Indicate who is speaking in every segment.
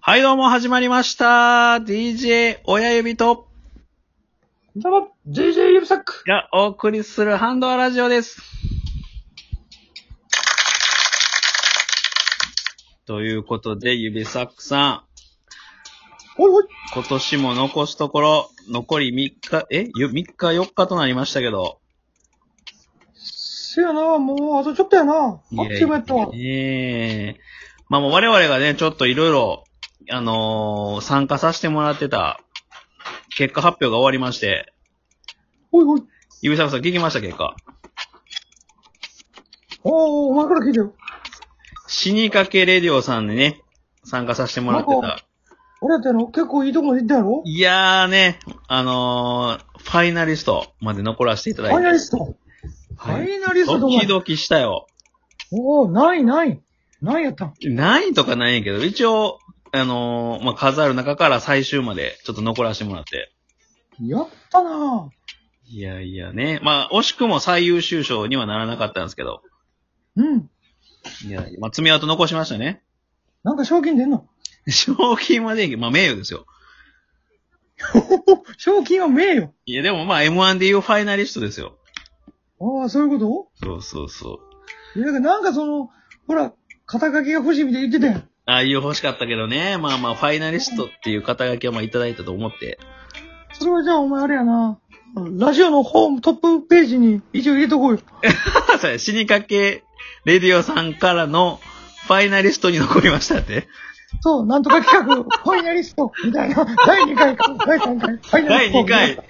Speaker 1: はい、どうも始まりました。DJ 親指と、
Speaker 2: どうも、JJ 指サック。
Speaker 1: がお送りするハンドアラジオです。ということで、指サックさ
Speaker 2: おいおい。
Speaker 1: ん、今年も残すところ、残り3日、え ?3 日4日となりましたけど。
Speaker 2: せやな、もう、あとちょっとやな。あっという間やったわ。
Speaker 1: ええまあもう我々がね、ちょっといろいろ、あのー参加させてもらってた、結果発表が終わりまして、
Speaker 2: おいおい。
Speaker 1: 指サックさん聞きました結果。
Speaker 2: おー、お前から聞いてよ。
Speaker 1: 死にかけレディオさんにね、参加させてもらって
Speaker 2: なん
Speaker 1: た
Speaker 2: か。俺やったやろ結構いいとこまで行ったやろ
Speaker 1: いやーね、あのー、ファイナリストまで残らせていた
Speaker 2: フ
Speaker 1: だ
Speaker 2: ァ
Speaker 1: い
Speaker 2: イ
Speaker 1: て。
Speaker 2: ナリスト。フ
Speaker 1: は
Speaker 2: ァ
Speaker 1: い。
Speaker 2: イナリスト
Speaker 1: ド
Speaker 2: と
Speaker 1: キ
Speaker 2: か。
Speaker 1: ドキしたよ。
Speaker 2: おー、ないない。ないやったん。
Speaker 1: 何位とかないんやけど、一応、あのー、まあ、数ある中から最終までちょっと残らせてもらって。
Speaker 2: やったない
Speaker 1: やいやね。まあ、惜しくも最優秀賞にはならなかったんですけど。
Speaker 2: うん。
Speaker 1: いや、まあ、爪痕残しましたね。
Speaker 2: なんか賞金出んの
Speaker 1: 賞金までいけ、まあ、名誉ですよ。
Speaker 2: 賞金は名誉。
Speaker 1: いや、でもまあ、M1 で言うファイナリストですよ。
Speaker 2: ああ、そういうこ
Speaker 1: そうそうそう。
Speaker 2: といや、なんかその、ほら、肩書きが欲しいみたいに言ってたやん。
Speaker 1: ああいう欲しかったけどね。まあまあ、ファイナリストっていう肩書きはまあいただいたと思って。
Speaker 2: それはじゃあお前あれやな。ラジオのホームトップページに一応入れとこうよ。
Speaker 1: それ死にかけ、レディオさんからのファイナリストに残りましたって。
Speaker 2: そう、なんとか企画、ファイナリスト、みたい な。第2回か、第3回、ファイナ
Speaker 1: 第
Speaker 2: リスト。
Speaker 1: 2回、フ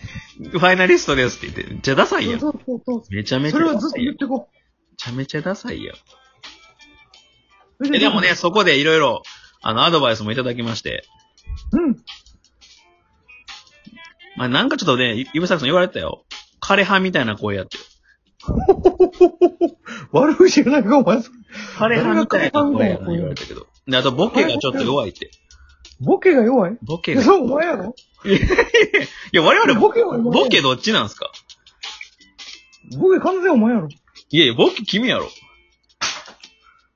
Speaker 1: ァイナリストですって言って。じゃダサいやん。
Speaker 2: そうそうそう。
Speaker 1: めちゃめち
Speaker 2: そ
Speaker 1: ゃ
Speaker 2: れは
Speaker 1: ダ
Speaker 2: ずっ
Speaker 1: サ
Speaker 2: と
Speaker 1: いや
Speaker 2: 言
Speaker 1: ん。め
Speaker 2: ってこ
Speaker 1: ちゃめちゃダサいやん。
Speaker 2: う。
Speaker 1: えでもね、。そこでいろいろ、あの、アドバイスもいただきまして。
Speaker 2: うん。
Speaker 1: まあなんかちょっとね、ゆぶさくさん言われてたよ。枯葉みたいな声やって。
Speaker 2: 悪口じゃないか、お前。
Speaker 1: 枯葉みたいな声やな言われたけど。で、あとボケがちょっと弱いって。
Speaker 2: ボケが弱い
Speaker 1: ボケ
Speaker 2: いや
Speaker 1: が。い
Speaker 2: そう、お前やろ
Speaker 1: や、我々ボ
Speaker 2: ボケは弱い。
Speaker 1: ボケどっちなんすか
Speaker 2: ボケ完全お前やろ。
Speaker 1: いやいや、ボケ君やろ。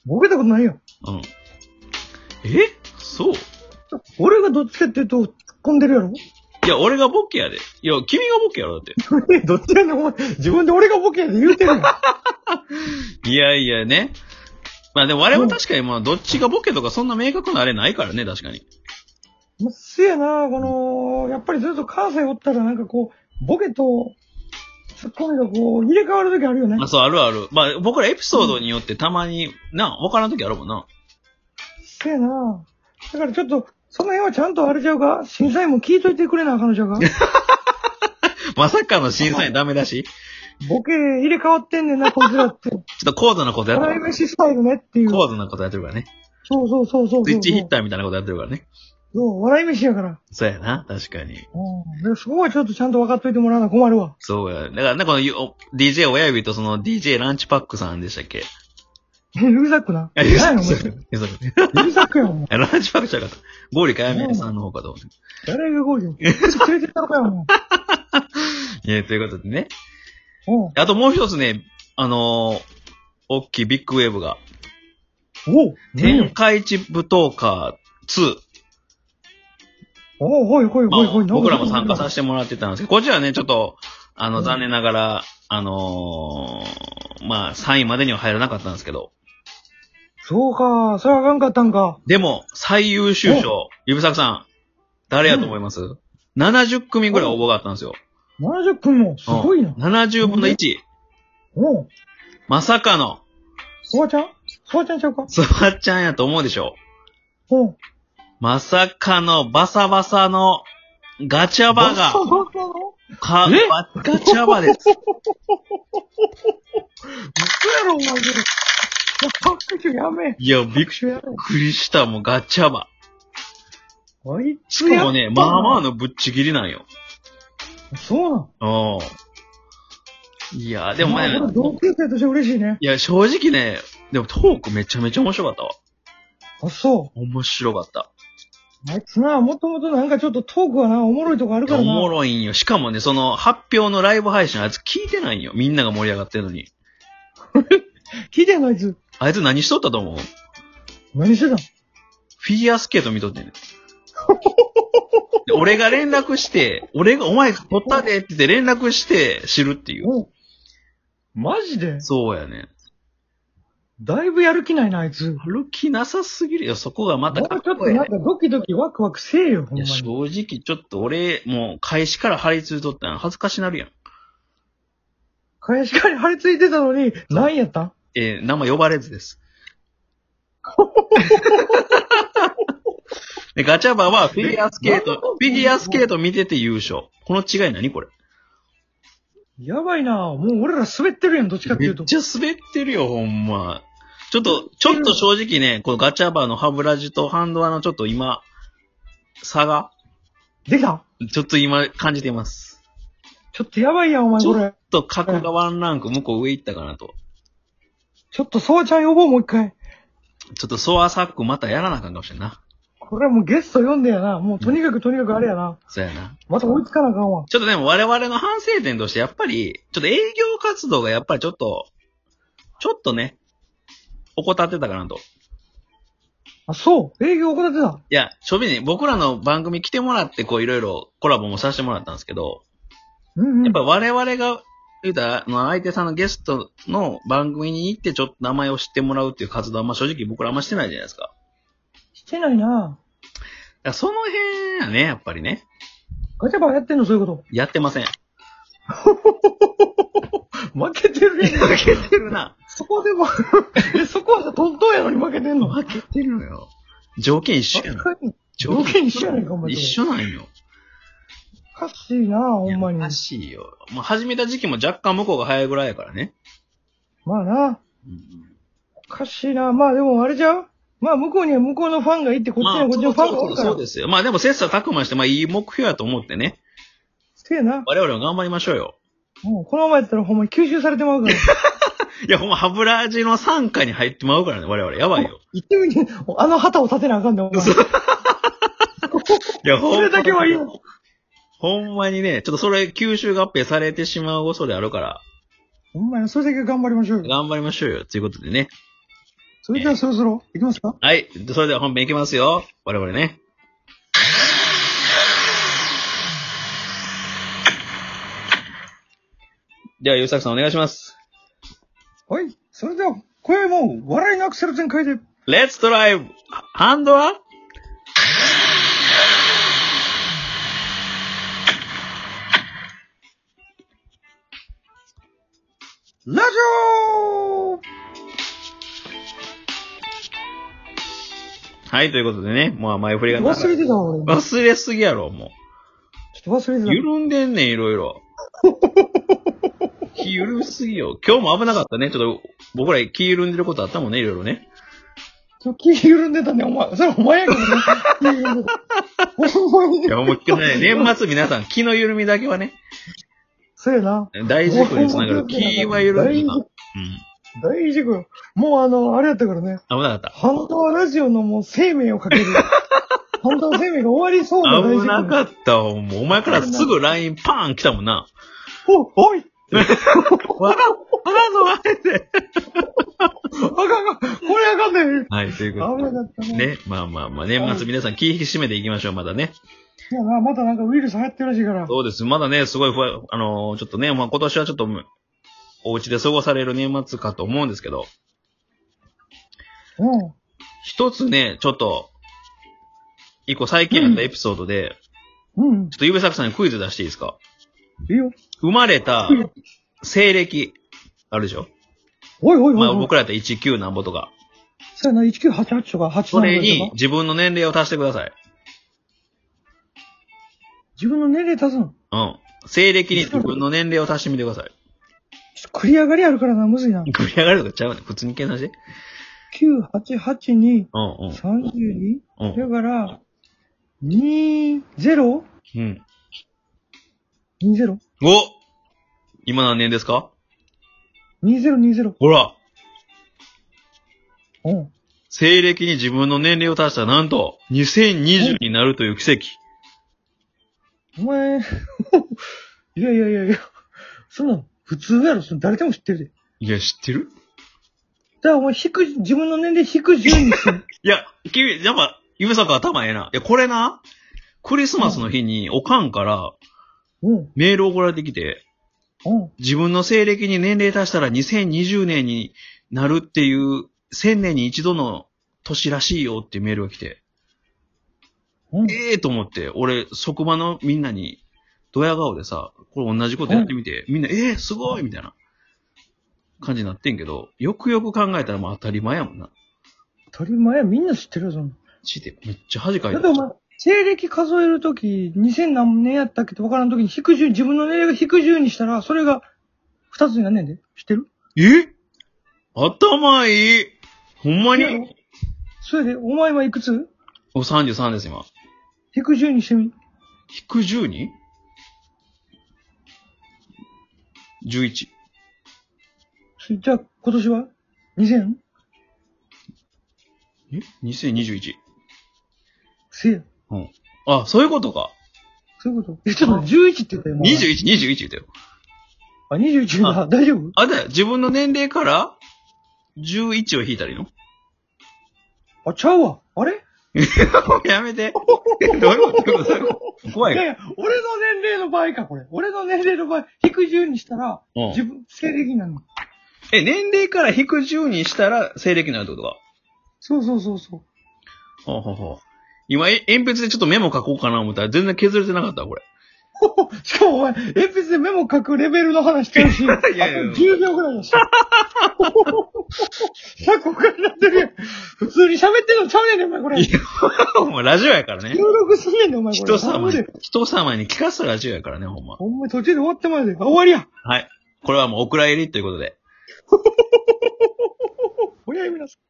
Speaker 2: ボケたことないよ。
Speaker 1: うん。えそう
Speaker 2: 俺がどっちかっていうと、突っ込んでるやろ
Speaker 1: いや、俺がボケやで。いや、君がボケやろ、だって。
Speaker 2: どっちやねん、お前。自分で俺がボケやで言う てるやん。
Speaker 1: いやいやね。まあでも我々は確かにまあどっちがボケとかそんな明確なあれないからね、確かに。
Speaker 2: まあせやな、この、やっぱりずっと関西おったらなんかこう、ボケと、ツッコミがこう、入れ替わる時あるよね
Speaker 1: まあ。そう、あるある。まあ僕らエピソードによってたまに、な、わからん時あるもんな。
Speaker 2: せやな。だからちょっと、その辺はちゃんとあれちゃうか審査員も聞いといてくれな、彼女が。
Speaker 1: まさかの審査員ダメだし、ちょ
Speaker 2: ボケ入れ替わってんねんな、こいつらっ て。
Speaker 1: っと高度なことやって
Speaker 2: 笑い
Speaker 1: る。
Speaker 2: 飯スタイルねっていう。
Speaker 1: 高度なことやってるからね。
Speaker 2: そうそうそうそう
Speaker 1: ス
Speaker 2: そう。
Speaker 1: イッチヒッターみたいなことやってるからね。
Speaker 2: そう、笑い飯やから。
Speaker 1: そうやな、確かに。
Speaker 2: うん。だからそこはちょっとちゃんと分かっといてもらわな困るわ。
Speaker 1: そうや。だからね、このお DJ 親指とその DJ ランチパックさんでしたっけ
Speaker 2: え、ルーザックな。
Speaker 1: あ、ゆうさん
Speaker 2: 何やお前ル
Speaker 1: ゆうさん
Speaker 2: ーザックやもん。
Speaker 1: あ ランチパクチャーかと。ゴーリかやめさんの方かと思って。
Speaker 2: 誰がゴールよ。連れてったのかよ、も
Speaker 1: いや、ということでね。
Speaker 2: う。
Speaker 1: あともう一つね、あのー、大きいビッグウェーブが、
Speaker 2: うん。おう。
Speaker 1: 天下一舞踏家2。
Speaker 2: おう、ほいほい
Speaker 1: ま
Speaker 2: ほいほい。
Speaker 1: あ、僕らも参加さ
Speaker 2: せ
Speaker 1: せてもらってたんですけど、こちらはね、ちょっと、あ
Speaker 2: う
Speaker 1: の、
Speaker 2: ん
Speaker 1: 残念ながら、あのー、まあ、3位までには入らなかったんですけど、
Speaker 2: そうか、それはあかんかったんか。
Speaker 1: でも、最優秀賞、指作さん、誰やと思います、?70 組ぐらい応募があったんですよ。
Speaker 2: 70分も、すごいな。
Speaker 1: 70分の1。
Speaker 2: おう。
Speaker 1: まさかの、
Speaker 2: ソワちゃんソワちゃんちゃうか
Speaker 1: スワちゃんやと思うでしょ
Speaker 2: おう。
Speaker 1: まさかのバサバサのガチャバが
Speaker 2: バ、ッサバサの
Speaker 1: か
Speaker 2: え
Speaker 1: ばガチャバです。
Speaker 2: 嘘やろ、お前それ。いや、拍手やめ。
Speaker 1: いや、びっ
Speaker 2: 拍手やめ。
Speaker 1: くりした、もうガチャバ。
Speaker 2: あいつ
Speaker 1: しかもね、
Speaker 2: やったな
Speaker 1: まあまあ。のぶっちぎりなんよ。
Speaker 2: そうな
Speaker 1: う
Speaker 2: ん。
Speaker 1: ん。いや、でも
Speaker 2: まあ
Speaker 1: ね、
Speaker 2: 俺同級生として嬉しいね。
Speaker 1: いや、正直ね、でもトークめちゃめちゃ面白かったわ。
Speaker 2: あ、そ
Speaker 1: 面白かった。
Speaker 2: う。あいつな、もともとなんかちょっとトークはな、おもろいとこある
Speaker 1: い
Speaker 2: か
Speaker 1: やお
Speaker 2: らな。
Speaker 1: もろいんよ。しかもね、その発表のライブ配信あいつ聞いてないんよ。みんなが盛り上がってるのに。
Speaker 2: 聞いてんの、あいつ。
Speaker 1: あいつ何しとったと思う
Speaker 2: 何してたの
Speaker 1: フフィギュアスケート見とってんねん。で俺が連絡して、俺が、お前撮ったでって言って連絡して知るっていう。
Speaker 2: おマジで
Speaker 1: そうやね。
Speaker 2: だいぶやる気ないな、あいつ。
Speaker 1: 歩きなさすぎるよ。そこがまた
Speaker 2: もう
Speaker 1: かっ
Speaker 2: ちょっと
Speaker 1: こええ
Speaker 2: な
Speaker 1: ね
Speaker 2: んかドキドキワクワクせえよ、ほ
Speaker 1: い
Speaker 2: ん
Speaker 1: や、
Speaker 2: ま
Speaker 1: 正
Speaker 2: に。
Speaker 1: 直、ちょっと俺、もう、開始から張り付いとったら恥ずかしなるやん。
Speaker 2: 返しかに張り付いてたのに、何やったん
Speaker 1: えー、名前呼ばれず です。でガチャバはフィギュアスケー
Speaker 2: え
Speaker 1: ト、フィギュアスケート見てて優勝。この違い何これ
Speaker 2: やばいなもう俺ら滑ってるやん、どっちかって
Speaker 1: め
Speaker 2: い
Speaker 1: っ
Speaker 2: うと。
Speaker 1: ちゃ滑ってるよ、ほんま。ちょっと、ちょっと正直ね、このガチャバの歯ブラジとハンドアのちょっと今、差が、
Speaker 2: できた
Speaker 1: ちょっと今感じています。
Speaker 2: ちょっとやばいやん、お前
Speaker 1: ちょ
Speaker 2: こ
Speaker 1: っ
Speaker 2: れ。
Speaker 1: と格がワンランク向こう上行ったかなと。
Speaker 2: ちょっとそうちゃん呼ぼう、もう一回。
Speaker 1: ちょっとソアサックまたやらなあかんかもしれんな。
Speaker 2: これはもうゲスト呼んでやな。もうとにかくとにかくあれやな。
Speaker 1: そうやな。
Speaker 2: また追いつかなあかんわ。
Speaker 1: ちょっとでも我々の反省点として、やっぱり、ちょっと営業活動がやっぱりちょっと、ちょっとね、怠ってたかなと。
Speaker 2: あ、そう。営業怠ってた。
Speaker 1: いや、正味に僕らの番組来てもらって、こういろいろコラボもさせてもらったんですけど、
Speaker 2: うんうん。
Speaker 1: やっぱ我々が、言うたら、あの相手さんのゲストの番組に行って、ちょっと名前を知ってもらうっていう活動は、まあ正直僕らあんましてないじゃないですか。
Speaker 2: してないな
Speaker 1: だからその辺やね、やっぱりね。
Speaker 2: ガチャバやってんの、そういうこ
Speaker 1: やってません。
Speaker 2: と。負けてるやん。
Speaker 1: 負けてるな。
Speaker 2: そこでも、 え、そこはさ、トントンやのに負けてんの。
Speaker 1: 負けてるのよ。条件一緒やな。
Speaker 2: 条件一緒やないかお前
Speaker 1: 一緒なんよ。
Speaker 2: おかしいなほんまに。
Speaker 1: おかしいよ。もう始めた時期も若干向こうが早いぐらいやからね。
Speaker 2: まあな。おかしいなまあでもあれじゃうまあ向こうには向こうのファンがいて、こっち
Speaker 1: ま
Speaker 2: に
Speaker 1: あ
Speaker 2: はこっちのファンがお
Speaker 1: そうそ
Speaker 2: るか
Speaker 1: う
Speaker 2: ら。
Speaker 1: そうですよ。まあでも切磋琢磨して、まあいい目標やと思ってね。
Speaker 2: せやな。
Speaker 1: 我々も頑張りましょうよ。
Speaker 2: もうこのままやったらほんまに吸収されてまう から。
Speaker 1: いや、ほんま、歯ブラジの傘下に入ってまうからね、我々。やばいよ。
Speaker 2: 言ってみて、あの旗を立てなあかんで、お前。
Speaker 1: いや、
Speaker 2: そ
Speaker 1: ほん
Speaker 2: れ
Speaker 1: ま
Speaker 2: だけは言う。
Speaker 1: ほんまにね、ちょっとそれ吸収合併されてしまう恐れあるから、
Speaker 2: ほんまや、それだけ頑張りましょうよ。
Speaker 1: 頑張りましょうよ。ということでね。
Speaker 2: それではそろそろ、行きますか
Speaker 1: はい。それでは本編いきますよ。我々ね。では、ゆうさくさんお願いします。
Speaker 2: はい。それでは、今宵も、笑いのアクセル全開で、
Speaker 1: Let's drive! ハンドは
Speaker 2: ラジオ
Speaker 1: はい、ということでね。まあ、前振りが
Speaker 2: 忘れてたわ、俺。ちょ
Speaker 1: 忘れすぎやろ、も
Speaker 2: っと忘れ
Speaker 1: う。
Speaker 2: てた。
Speaker 1: 緩んでんねん、いろい ろ。気緩すぎよ。今日も危なかったね。ちょっと、僕ら気緩んでることあったもんね、いろいろね。
Speaker 2: ちょっと気緩んでたね、お前。それお前やけどね。気緩んでた。ほんまに
Speaker 1: いや、思いっきり ね、年末皆さん、気の緩みだけはね、
Speaker 2: そうやな。
Speaker 1: 大事故につなが る。気は緩んでるな。う
Speaker 2: 大
Speaker 1: ん
Speaker 2: 事。大事故よ。もうあの、あれやったからね。
Speaker 1: 危なかった。
Speaker 2: ハンドアラジオのもう生命をかけ る。ハンドア生命が終わりそうな大事
Speaker 1: 危
Speaker 2: 故
Speaker 1: なかったわもうお前からすぐ LINE パーン来たもんな。
Speaker 2: お、おい
Speaker 1: わかん、わかんのあれて。
Speaker 2: あかんあかんこれあかんね
Speaker 1: はい、というこ
Speaker 2: 危な
Speaker 1: と
Speaker 2: かっ
Speaker 1: で。
Speaker 2: たね。
Speaker 1: ね、まあまあまあ、年末皆さん気引き締めていきましょう、まだね。
Speaker 2: いやな、またなんかウイルス流行ってるらしいから。
Speaker 1: そうです。まだね、すごい不安、あのーちょっとね、まあ今年はちょっと、お家で過ごされる年末かと思うんですけど、
Speaker 2: うん。
Speaker 1: 一つね、ちょっと、一個最近あったエピソードで、
Speaker 2: うん
Speaker 1: ちょ。っとゆべさくさんにクイズ出していいですか
Speaker 2: いいよ。
Speaker 1: 生まれた、西暦、あるでしょ
Speaker 2: おいおいおいおい。
Speaker 1: まあ僕らやったら19なんぼとか。
Speaker 2: そうやな、1988とか87と
Speaker 1: そ
Speaker 2: か。
Speaker 1: れに自分の年齢を足してください。
Speaker 2: 自分の年齢足すの。
Speaker 1: うん。西暦に自分の年齢を足してみてください。
Speaker 2: ちょっと繰り上がりあるからな、むずいな。
Speaker 1: 繰り上がるとかちゃうね。普通に計算して。
Speaker 2: 988に
Speaker 1: うんうん。
Speaker 2: 32?
Speaker 1: うん。
Speaker 2: だから、20?20?
Speaker 1: うん。お今何年ですか
Speaker 2: 2020?
Speaker 1: ほら
Speaker 2: うん。
Speaker 1: 西暦に自分の年齢を足したらなんと、2020になるという奇跡。
Speaker 2: お前、 いやいやいやいや、そんなん普通やろ、そんなん誰でも知ってるで。だ
Speaker 1: いや、知ってる
Speaker 2: からお前、引く、自分の年齢引く10にして。
Speaker 1: いや、君、やっぱ、指坂頭ええな。いや、これな、クリスマスの日におかんから
Speaker 2: うん。
Speaker 1: メール送られてきて、
Speaker 2: うん。
Speaker 1: 自分の西暦に年齢足したら2020年になるっていう、1000年に一度の年らしいよっていうメールが来て、
Speaker 2: うん。
Speaker 1: ええと思って、俺、職場のみんなに、ドヤ顔でさ、これ同じことやってみて、みんな、ええすごいみたいな感じになってんけど、よくよく考えたらまあ当たり前やもんな。
Speaker 2: 当たり前や、みんな知ってるよ、そんな。
Speaker 1: ちて、めっちゃ恥かい
Speaker 2: だ
Speaker 1: て
Speaker 2: ってお前、西暦数えるとき、2000何年やったっけって分からんときに、引く10、自分の年齢が引く10にしたら、それが2つになんねんで。知ってる
Speaker 1: え頭いいほんま
Speaker 2: いや
Speaker 1: に
Speaker 2: それで、お前はいくつ
Speaker 1: お、33です今。
Speaker 2: 引く10にしてみ。
Speaker 1: 引く 12?11。
Speaker 2: そじゃあ、今年は ?2000?
Speaker 1: え ?2021。
Speaker 2: せや。
Speaker 1: うん。あ、そういうことか。
Speaker 2: そういうこと。え、ちょっと待って11って言ったよ、今。
Speaker 1: 21、21言うたよ。
Speaker 2: あ、21だ。大丈夫
Speaker 1: あ、だよ。自分の年齢から11を引いたらいいの
Speaker 2: あ、ちゃうわ。あれ
Speaker 1: やめて。 どういうことどういうことどういうこと怖
Speaker 2: いやい
Speaker 1: い。
Speaker 2: や、俺の年齢の場合か、これ。俺の年齢の場合、引く10にしたら、
Speaker 1: うん
Speaker 2: 自分、西暦になるの。
Speaker 1: え、年齢から引く10にしたら西暦になるってことか。
Speaker 2: そうそうそうそう。
Speaker 1: ほうほうほう。今、え鉛筆でちょっとメモ書こうかな思ったら全然削れてなかった、これ。
Speaker 2: しかもお前、鉛筆でメモ書くレベルの話してるし、あと
Speaker 1: いやいや
Speaker 2: 10秒ぐらいだし。100個くらいになってるやん。普通に喋ってんのちゃうねんね、お前これ。
Speaker 1: いや、もうラジオやからね。
Speaker 2: 収録すんねんね、お前こ
Speaker 1: 人
Speaker 2: れ。
Speaker 1: 様
Speaker 2: 頼む
Speaker 1: に
Speaker 2: で、
Speaker 1: 人様に聞かすラジオやからね、ほんま。
Speaker 2: ほんまに途中で終わってまうで。あ、終わりや。
Speaker 1: はい。これはもうお蔵入りということで。
Speaker 2: おやすみなさい。